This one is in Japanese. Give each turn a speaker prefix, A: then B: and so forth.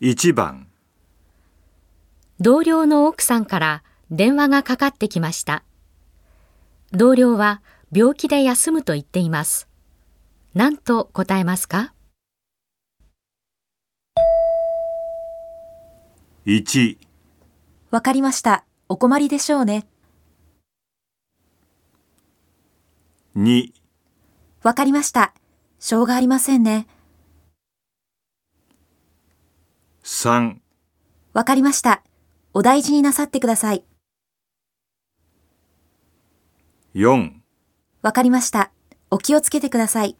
A: 1番
B: 同僚の奥さんから電話がかかってきました。同僚は病気で休むと言っています。何と答えますか
A: 1
C: わかりました。お困りでしょうね。
A: 2
C: わかりました。しょうがありませんね。
A: 3
C: わかりました。お大事になさってください。
A: 4
C: わかりました。お気をつけてください。